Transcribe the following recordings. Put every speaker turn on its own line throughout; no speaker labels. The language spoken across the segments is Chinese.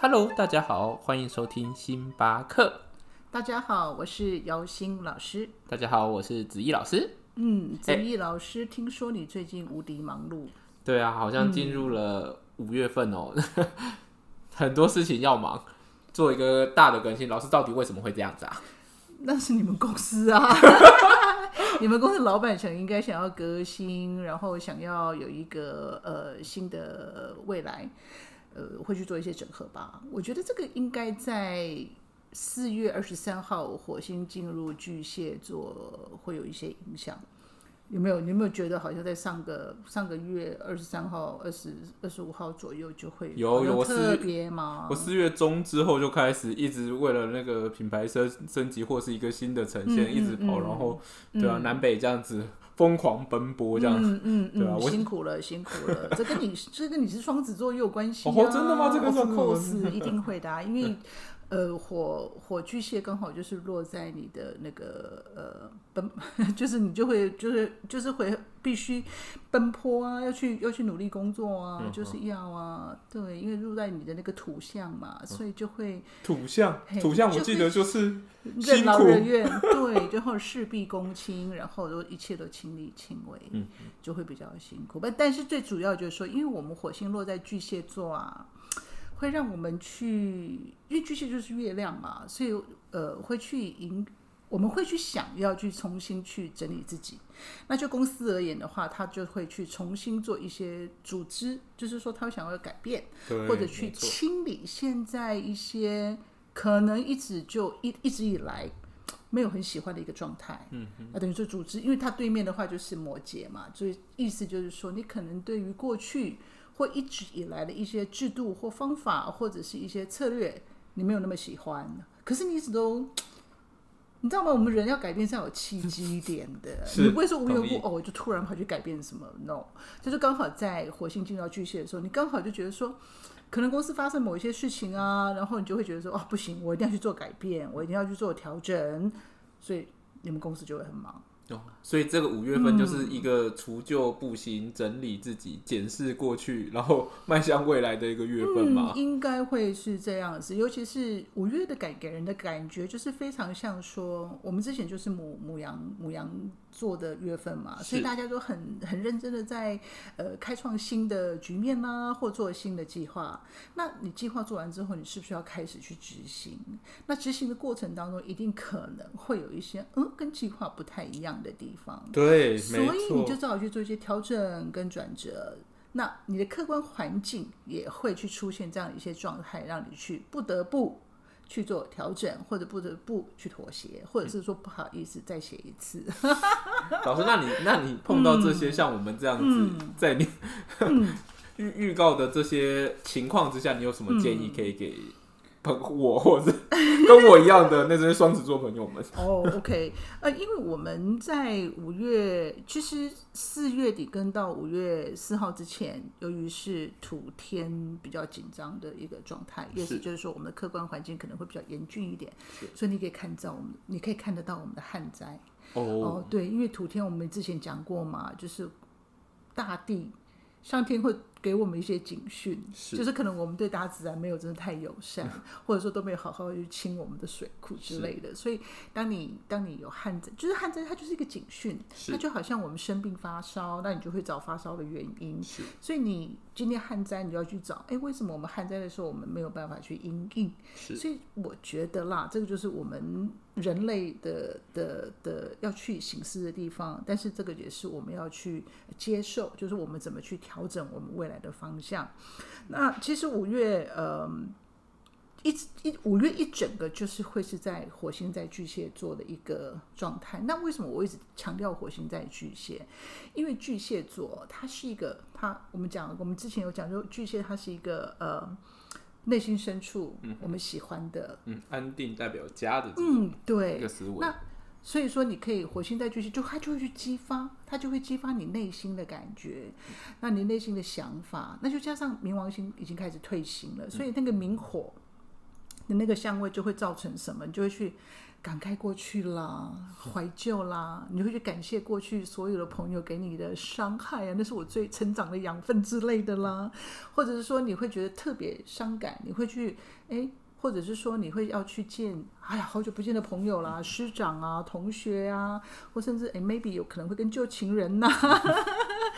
Hello，大家好，欢迎收听星巴克。
大家好，我是姚欣老师。
大家好，我是子怡老师。
嗯，子毅老师，听说你最近无敌忙碌，
对啊，好像进入了
嗯
五月份哦， 很多事情要忙，做一个大的更新。老师到底为什么会这样子啊？
那是你们公司啊。 你们公司老板想应该想要革新，然后想要有一个呃新的未来，呃，会去做一些整合吧。我觉得这个应该在四月二十三号火星进入巨蟹座会有一些影响。有没有？你有没有觉得好像在上个上个月二十三号、二十二十五号左右就会
有
好像
有我是
特别吗？
我四月中之后就开始一直为了那个品牌升升级或是一个新的呈现，
嗯嗯
一直跑，
嗯
然后对啊，南北这样子疯狂奔波这样。
嗯嗯嗯，
对啊我
辛苦了，辛苦了。这跟你这跟你是双子座也有关系、啊、
哦真的吗这跟双子座
cos 一定会的、啊，因为呃火火巨蟹刚好就是落在你的那个呃奔， 就是你就会就是就是会必须奔波啊，要去要去努力工作啊，
嗯哼嗯
就是要啊，对，因为入在你的那个土象嘛，所以就会。
土象
嘿，
土象，我
就是
记得就是
任
辛
劳
苦
任怨，对，最后事必躬亲，然后都一切都亲力亲为，
嗯
就会比较辛苦。但但是最主要就是说，因为我们火星落在巨蟹座啊，会让我们去，因为巨蟹就是月亮嘛，所以呃会去迎，我们会去想要去重新去整理自己。那就公司而言的话，他就会去重新做一些组织，就是说他会想要改变。
对
或者去
没错，
清理现在一些可能一直就一一直以来没有很喜欢的一个状态。嗯，那等于说组织，因为它对面的话就是摩羯嘛，所以意思就是说，你可能对于过去或一直以来的一些制度或方法或者是一些策略，你没有那么喜欢，可是你一直都。你知道吗？我们人要改变是要有契机点 的
是
你不会说无缘
同意
无故哦，我就突然跑去改变什么？No，就是刚好在火星进入到巨蟹的时候，你刚好就觉得说，可能公司发生某一些事情啊，然后你就会觉得说，哦，不行，我一定要去做改变，我一定要去做调整，所以你们公司就会很忙。
哦，所以这个五月份就是一个除旧布新、整理自己、检视过去，然后迈向未来的一个月份嘛。
嗯应该会是这样子，尤其是五月的感给人的感觉就是非常像说，我们之前就是母母羊母羊座的月份嘛，
是
所以大家都很很认真的在呃开创新的局面啦、或做新的计划。那你计划做完之后，你是不是要开始去执行？那执行的过程当中，一定可能会有一些嗯跟计划不太一样的地方。
对，
所
没
以你
错
就，只好去做一些调整跟转折。那你的客观环境也会去出现这样一些状态，让你去不得不去做调整，或者不得不去妥协，或者是说不好意思再写一次。
老师，那你那你碰到这些像我们这样子，
嗯
在 你 预预告的这些情况之下，你有什么建
嗯
议可以给朋我，或者跟我一样的那些双子座朋友们？
哦、o k 呃，因为我们在五月，其实四月底跟到五月四号之前，由于是土天比较紧张的一个状态，也
是
是就是说我们的客观环境可能会比较严峻一点，所以你可以看到我们，你可以看得到我们的旱灾。
哦，
哦，对，因为土天我们之前讲过嘛，就是大地上天会给我们一些警讯，
是嗯
就是可能我们对大自然没有真的太友善， 或者说都没有好好去清我们的水库之
是
类的。所以当你当你有旱灾，就是旱灾它就是一个警讯，
是
它就好像我们生病发烧，那你就会找发烧的原因。
是
所以你今天旱灾，你就要去找，哎，为什么我们旱灾的时候我们没有办法去应应？
是
所以我觉得啦，这个就是我们人类的的的要去醒思的地方，但是这个也是我们要去接受，就是我们怎么去调整我们未来的方向。那其实五月，呃，一一五月一整个就是会是在火星在巨蟹座的一个状态。那为什么我一直强调火星在巨蟹？因为巨蟹座它是一个，它我们讲我们之前有讲说巨蟹它是一个呃内心深处我们喜欢的，
嗯，安定代表家的这
嗯，对
这个，思维
那，所以说，你可以火星在巨蟹，就它就会去激发，它就会激发你内心的感觉，那你内心的想法，那就加上冥王星已经开始退行了，所以那个冥火的那个相位就会造成什么？你就会去感慨过去啦，怀旧啦，你会去感谢过去所有的朋友给你的伤害啊，那是我最成长的养分之类的啦，或者是说你会觉得特别伤感，你会去哎，或者是说你会要去见哎呀好久不见的朋友
嗯
啦，师长啊、同学啊，或甚至哎 maybe 有可能会跟旧情人呐、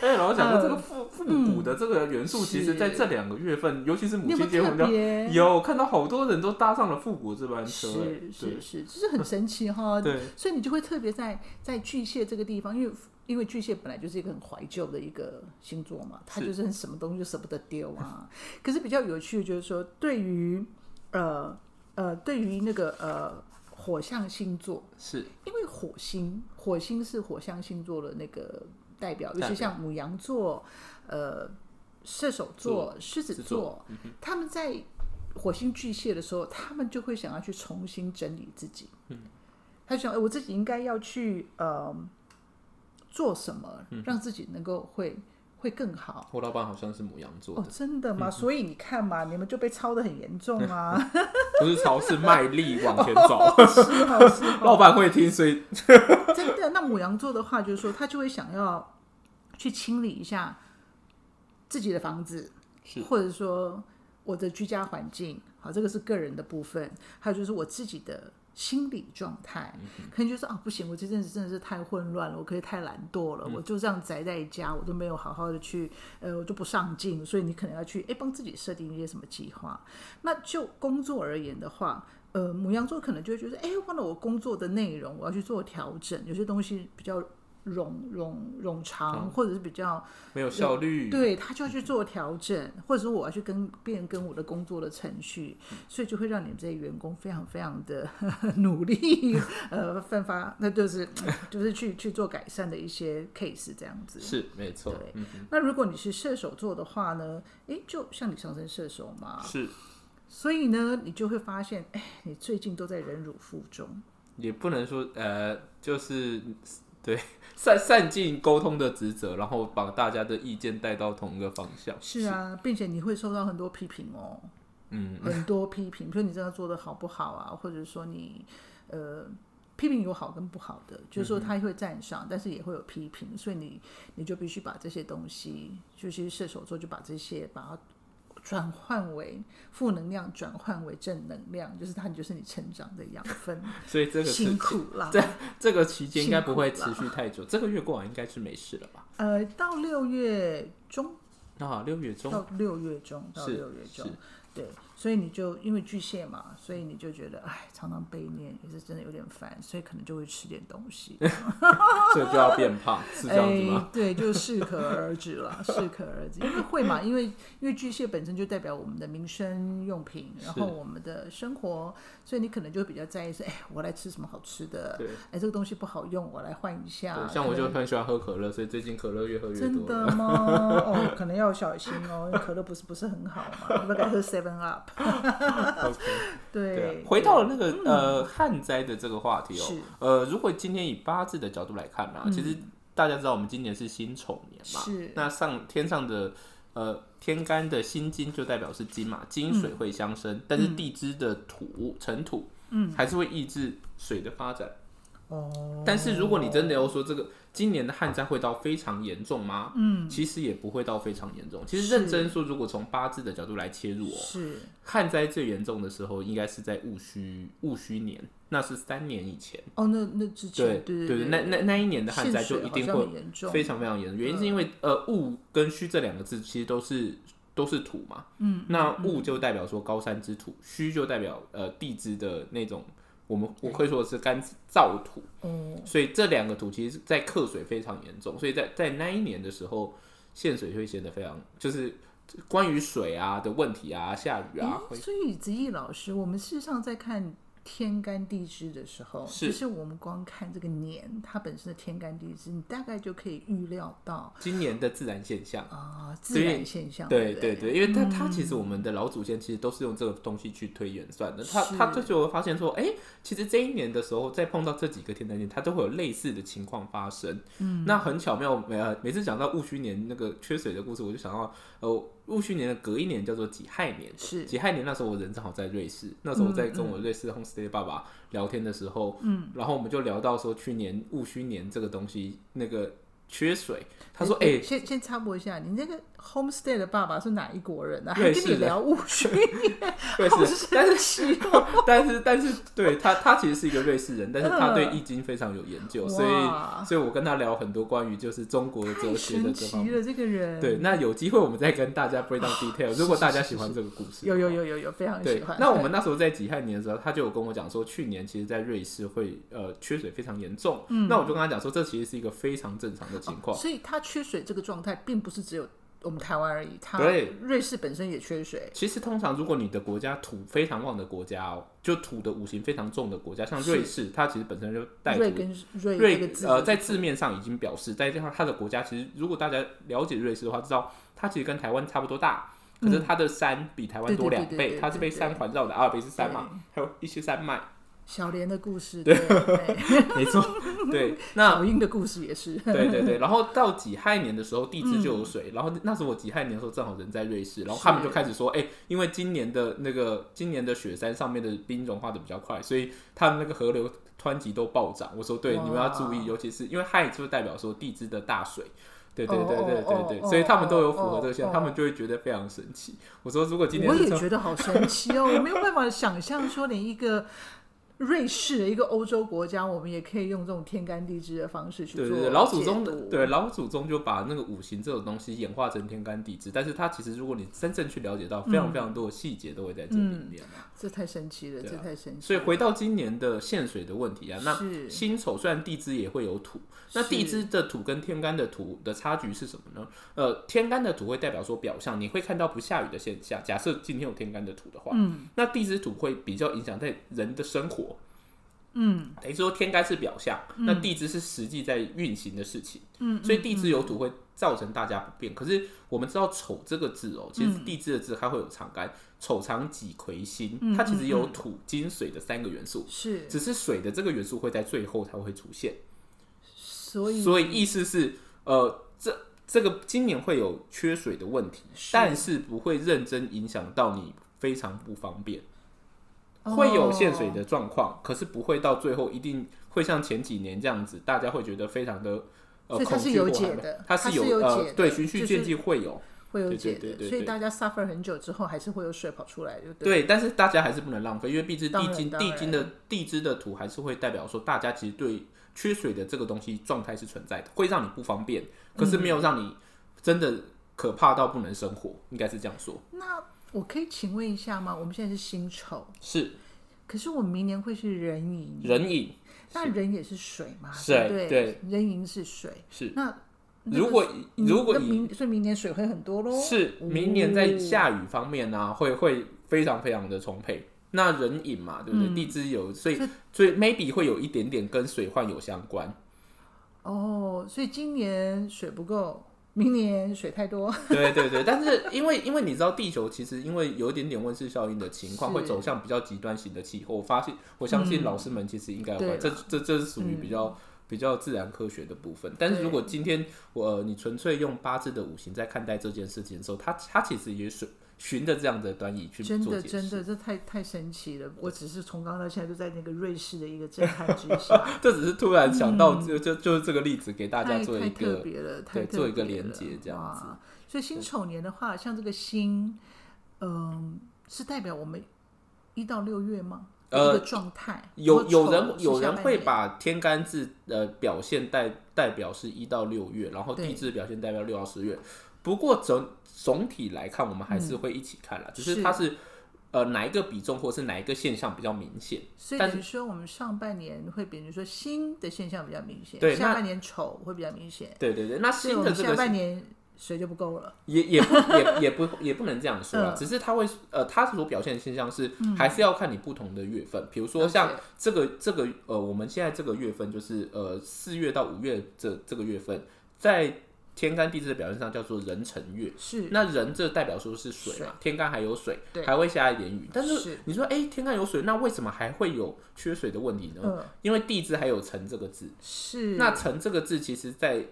哎、老实讲说这
嗯
个复复古的这个元素，其实
是
在这两个月份，尤其是母
你有没
亲节，
嗯有
我
特
们聊
别？
有看到好多人都搭上了复古这班车，哎
是是是，就是很神奇哈
对，对，
所以你就会特别在在巨蟹这个地方，因为因为巨蟹本来就是一个很怀旧的一个星座嘛，它
是
就是很什么东西就舍不得丢啊。 可是比较有趣的就是说，对于呃呃，对于那个呃火象星座，
是
因为火星，火星是火象星座的那个代表，
代
尤
表
其像母羊座、呃射手座、狮子
狮子
座，嗯他们在火星巨蟹的时候，他们就会想要去重新整理自己。嗯，他就想，哎、我自己应该要去呃做什么，让自己能够会会更好。
我啊老板好像是母羊座
哦，真的吗？所以你看嘛，你们就被抄的很严重啊！
不是朝是卖力往前走。
是哦，是哦。
老板会听，所以
真的，那母羊座的话，就是说他就会想要去清理一下自己的房子，
是
或者说我的居家环境。好，这个是个人的部分，还有就是我自己的心理状态，可能就是啊，不行，我这阵子真的是太混乱了，我可以太懒惰了，我就这样宅在家，我都没有好好的去，呃，我就不上进，所以你可能要去哎帮自己设定一些什么计划。那就工作而言的话，呃，母羊座可能就会觉得，哎、忘了我工作的内容，我要去做调整，有些东西比较冗冗冗长，或者是比较
没有效率。
对他就要去做调整，或者说我要去跟变更我的工作的程序，
嗯
所以就会让你们这些员工非常非常的 努力，呃，奋发，那就是就是去去做改善的一些 case 这样子。
是嗯没错，
对那如果你是射手座的话呢，诶，就像你上升射手嘛，
是
所以呢，你就会发现，哎，你最近都在忍辱负重。
也不能说呃，就是对 善善尽沟通的职责，然后把大家的意见带到同一个方向。
是啊，并且你会受到很多批评哦，
嗯，
很多批评，比如你这样做的好不好啊，或者说你呃批评有好跟不好的，就是说
嗯
他会赞赏，但是也会有批评，所以你你就必须把这些东西，就是射手座就把这些把它。转换为负能量，转换为正能量，就是它就是你成长的养分，
所 以这个
辛
是
苦 啦。
这个期间应该不会
辛苦
持续太久，这个月过完应该是没事了吧？
呃，到六月中
啊，六月中
到六月中，到
是
哦六月中
是，
对，所以你就因为巨蟹嘛，所以你就觉得哎，常常被念也是真的有点烦，所以可能就会吃点东 西，
所以就要变胖，是这样子吗？
哎对，就适可而止了，适可而止，因为会嘛，因为因为巨蟹本身就代表我们的民生用品，然后
是
我们的生活，所以你可能就会比较在意是哎，我来吃什么好吃的，
对
哎，这个东西不好用，我来换一下
对，，像我
可能
就很喜欢喝可乐，所以最近可乐越喝越
真
多了。
的吗？哦，可能要小心哦，因为可乐不是不是很好嘛，我都改喝 Seven Up。
OK，对
对
啊，，
嗯
回到了那个呃旱灾的这个话题哦
是，嗯
呃，如果今天以八字的角度来看啊，其实大家知道我们今年是辛丑年嘛，
是
那上天上的呃天干的辛金就代表是金嘛，金水会相
嗯
生，但是地支的土尘土，嗯，还是会抑制水的发展。
哦，
但是如果你真的要说这个今年的旱灾会到非常严重吗？嗯，其实也不会到非常严重。其实认真说，如果从八字的角度来切入哦，
是
旱灾最严重的时候应该是在戊戌戊戌年，那是三年以前。
哦，那那之前
对
对
对，那那那一年的旱灾
现
就
水
一定
好像
会
很严重，
非常非常严重，原因是因为呃戊跟戌这两个字其实都是都是土嘛，嗯，那戊就代表说高山之土，戌就代表呃地支的那种。我们我会说的是干燥土，
哦，
所以这两个土其实在克水非常严重，所以在在那一年的时候，限水会显得非常，就是关于水啊的问题啊，下雨啊，
诶
会
所以子毅老师，我们事实上在看。天干地支的时候，
是
其实我们光看这个年，它本身的天干地支，你大概就可以预料到
今年的自然现象。
啊、
所
自
以
然现象。
对
不
对对，因为它它其实
嗯
我们的老祖先其实都是用这个东西去推演算的，他他
是
这就会发现说，哎、其实这一年的时候再碰到这几个天灾年，它都会有类似的情况发生。嗯，那很巧妙，每呃每次讲到戊戌年那个缺水的故事，我就想到呃。戊戌年的隔一年叫做己亥年，
是嗯
己亥年那时候我人正好在瑞士，那时候在跟我瑞士 homestay 爸爸聊天的时候，嗯，然后我们就聊到说去年戊戌年这个东西那个缺水，他说哎、
诶先先插播一下，你那个 homestay 的爸爸是哪一国人啊？还
瑞
跟
士
你
人
聊 戊戌，
瑞
好
士，但
神奇哦！
但是 但是对他他其实是一个瑞士人，但是他对
嗯
易经非常有研究，所
哇
以所以我跟他聊很多关于就是中国
太
哲学的这
神
方
奇
面。
了，这哦个人
对，那有机会我们再跟大家 break down detail。如果大家喜欢这个故事，
有有有有有非常
对
喜欢。，
那我们那时候在己亥年的时候，他就有跟我讲说，去年其实，在瑞士会呃缺水非常严重。
嗯
那我就跟他讲说，这其实是一个非常正常的情况。
所以它缺水这个状态，并不是只有我们台湾而已，它
对
瑞士本身也缺水。
其实通常，如果你的国家土非常旺的国家哦，就土的五行非常重的国家，像瑞士，它其实本身就带
瑞
土
跟瑞这个
瑞
字
呃，在字面上已经表示，再加上它的国家，其实如果大家了解瑞士的话，知道它其实跟台湾差不多大，可是它的山比台湾
嗯对
多
对对
两
对
倍
对，
它是被
对对
山环绕的，阿尔卑斯山嘛，还有一些山脉，
小莲的故事，对，对
没错，对，那
老鹰的故事也是。
对对对，然后到己亥年的时候，地支就有水，然后那时候我己亥年的时候正好人在瑞士，然后他们
嗯是
就开始说，哎、因为今年的那个今年的雪山上面的冰融化的比较快，所以他们那个河流湍急都暴涨。我说对，
哇
你们要注意，尤其是因为亥就代表说地支的大水。对对
哦
对对
哦
对对，
哦
所以他们都有符合这个现
哦
象，他们就会觉得非常神奇。我说，如果今年
我
是
也
这
觉得好神奇哦，我没有办法想象说连一个瑞士的一个欧洲国家，我们也可以用这种天干地支的方式去做
对对对，老祖宗
解
的
读
对老祖宗就把那个五行这种东西演化成天干地支，但是它其实如果你真正去了解到，非
嗯
常非常多的细节都会在这里面嘛、
这太神奇了，
对啊
这太神奇
所以
了。
回到今年的限水的问题啊，那
是
辛丑虽然地支也会有土，那
是
地支的土跟天干的土的差距是什么呢？呃，天干的土会代表说表象，你会看到不下雨的现象。假设今天有天干的土的话，嗯，那地支土会比较影响在人的生活。嗯，等于说天干是表象，那地支是实际在运行的事情。嗯，所以地支有土会造成大家不便。可是我们知道丑这个字哦，其实地支的字它会有长干，丑长己魁辛，它其实有土、金、水的三个元素，
是，
只是水的这个元素会在最后才会出现。
所以
所以意思是，呃，这这个今年会有缺水的问题，
是
但是不会认真影响到你非常不方便，
哦
会有限水的状况，可是不会到最后一定会像前几年这样子，大家会觉得非常的。呃，
所以它
恐
是
惧
有
或
解
害怕
的
它
它
是
是有解
呃，
的
对，循序
就
渐
是
进会有，
会有
对对
解
对
的，
对
所以
对
大家 suffer 很久之后，还是会有水跑出来，就对。
对，但是大家还是不能浪费，因为毕竟
当
地
然
精
当
地
然嗯
精的地支的土还是会代表说，大家其实对缺水的这个东西状态是存在的，会让你不方便，可是没有让你真的可怕到不能生活，应该是这样说。
那我可以请问一下吗？我们现在是辛丑，
是
可是我们明年会是壬寅，
人影
那壬也是水嘛？
水
对不对，壬寅是水。
是，
那那
如
个
果
水
以如果
嗯那
以
明所以明年水会很多喽。
是明年在下雨方面呢、
嗯
会会非常非常的充沛。那人影嘛，对不
嗯
对？地支有，所以所以 maybe 会有一点点跟水患有相 关。
哦，所以今年水不够，明年水太多。
对对对，但是因为因为你知道地球其实因为有一点点温室效应的情况，
是嗯
会走向比较极端型的气候。我发现，我相信老师们其实应该会，
对啦嗯
这这这是属于比较、比较自然科学的部分。但是如果今天我、呃、你纯粹用八字的五行在看待这件事情的时候，它它其实也是循着这样的端倪去做
真的
解释。
真的，这太太神奇了！我只是从刚到现在都在那个瑞士的一个震撼之 下，
这只是突然想到，就就就是这个例子给大家
太
做
嗯太
一
特
个
别了，太
对
特别
做一个
了
连接这样子
哇。所以辛丑年的话，像这个辛，嗯，是代表我们一到六月吗？
呃
一个状态。
有
或
有
丑
人
是
有
下
人
半
会
年
把天干字呃表现代代表是一到六月，然后
对
地支表现代表六到十月。不过总总体来看，我们还是会一起看啦，只
嗯是
是它是呃哪一个比重或是哪一个现象比较明显。
所以
但
等于说，我们上半年会，比如说新的现象比较明显，
对
下
那
半年丑会比较明显，
对对对，那
所以
新
我
的
们
这
下
个
半年水就不够了。
也也不也也 不也不能这样说啦，
嗯
只是它会呃，它所表现的现象是、还是要看你不同的月份，比如说像
了解
这个这个呃，我们现在这个月份就是呃四月到五月这这个月份，在天干地支的表现上叫做壬辰月。
是，
那人这代表说是水嘛，
水
天干还有水
对，
还会下一点雨。但
是
是你说，哎、天干有水，那为什么还会有缺水的问题呢？
嗯
因为地支还有辰这个字，
是
那“辰”这个字，其实在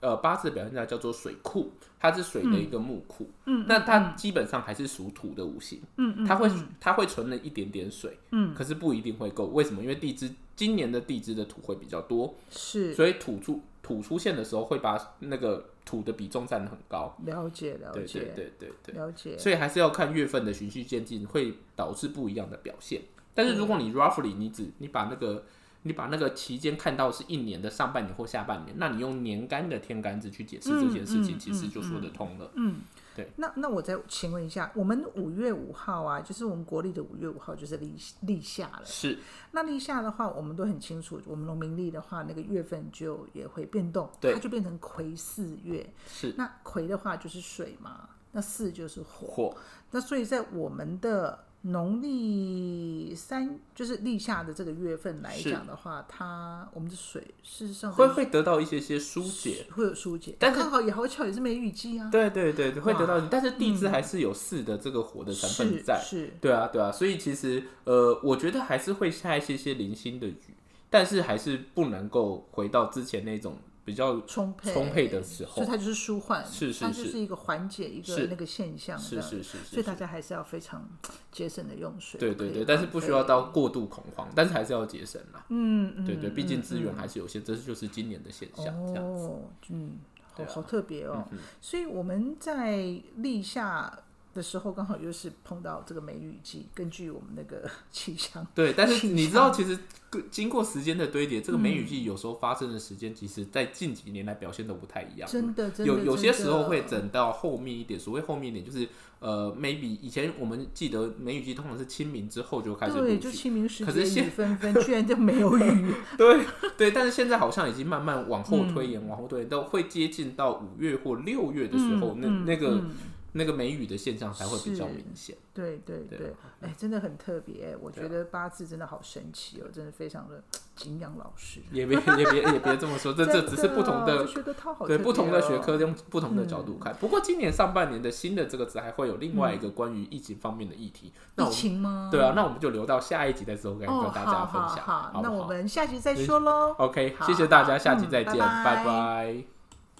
呃八字的表现家叫做水库，它是水的一个木库。嗯，那它基本上还是属土的五行。
嗯嗯，
它会
嗯
它会存了一点点水，
嗯，
可是不一定会够。为什么？因为地支今年的地支的土会比较多，
是
所以土出土出现的时候会把那个土的比重占得很高。
了解了
对对
解
对对对，
了解，
所以还是要看月份的循序渐进，会导致不一样的表现。但是如果
嗯
你 roughly 你只你把那个你把那个期间看到是一年的上半年或下半年，那你用年干的天干字去解释这件事情，
嗯嗯
其实就说得通了。
那那我再请问一下，我们五月五号啊，就是我们国历的五月五号就是立立夏了。
是，
那立夏的话，我们都很清楚，我们农民历的话，那个月份就也会变动，
对
它就变成癸四月。
是
那癸的话就是水嘛，那巳就是火。
火
那所以在我们的农历三，就是立夏的这个月份来
是
讲的话，它我们的水事实上
会会得到一些些疏解。
会有疏解，
但是
刚好也好巧，也是梅雨季啊，
对对对，会得到你，但是地支
嗯
还是有四的这个火的成分在。
是
对啊，对啊，所以其实呃，我觉得还是会下一些些零星的雨，但是还是不能够回到之前那种比较
是充沛
充沛的时候
所以。它就是舒缓，
是是
它就是是一个缓解一个
是
那个现象，
是是是
所以
是
大
是，
家还啊是要非常节省的用水，
对
不可
对
以
对，但是不需要
浪费
到过度恐慌，但是还是要节省啦。
嗯嗯，
对对，毕
嗯
竟资源还是有限，这就是今年的现象。这样，
哦，嗯，好
对啊
好特别哦。所以我们在立夏的时候，刚好又是碰到这个梅雨季，根据我们那个气 象，
对，但是你
啊
知道，其实经过时间的堆叠，这个梅
嗯
雨季有时候发生的时间，其实在近几年来表现都不太一样。
真的真的
有有些时候会
真的
整到后面一点，所谓后面一点就是呃，maybe 以前我们记得梅雨季通常是清明之后就开始
对，
陆
就
续，
清明时
可是
节雨
现
纷纷，居然就没有雨，
对对，但是现在好像已经慢慢往后推延，往后推延到会接近到五月或六月的时候，
嗯
那、
嗯
那个、
嗯
那个梅雨的现象才会比较
是
明显。
对对
对啊嗯
对，哎，真的很特别，哎我
对啊
觉得八字真的好神奇哦，真的非常的敬仰老师。
也别也别也别这么说，这这
真
只是不同的
的这学科套好
对
特
不同
别
的学
哦
科用不同的角度看。不过今年上半年的新的这个词还会有另外一个关于疫情方面的议题，那我
疫
们
情吗？
对啊，那我们就留到下一集的时候跟
哦，
跟大家分
好
享，
好好，
不
那我
好
们下集再
对
说喽。
？OK，
好
谢谢大家，
好
下期
嗯
再
拜
见，
拜
拜拜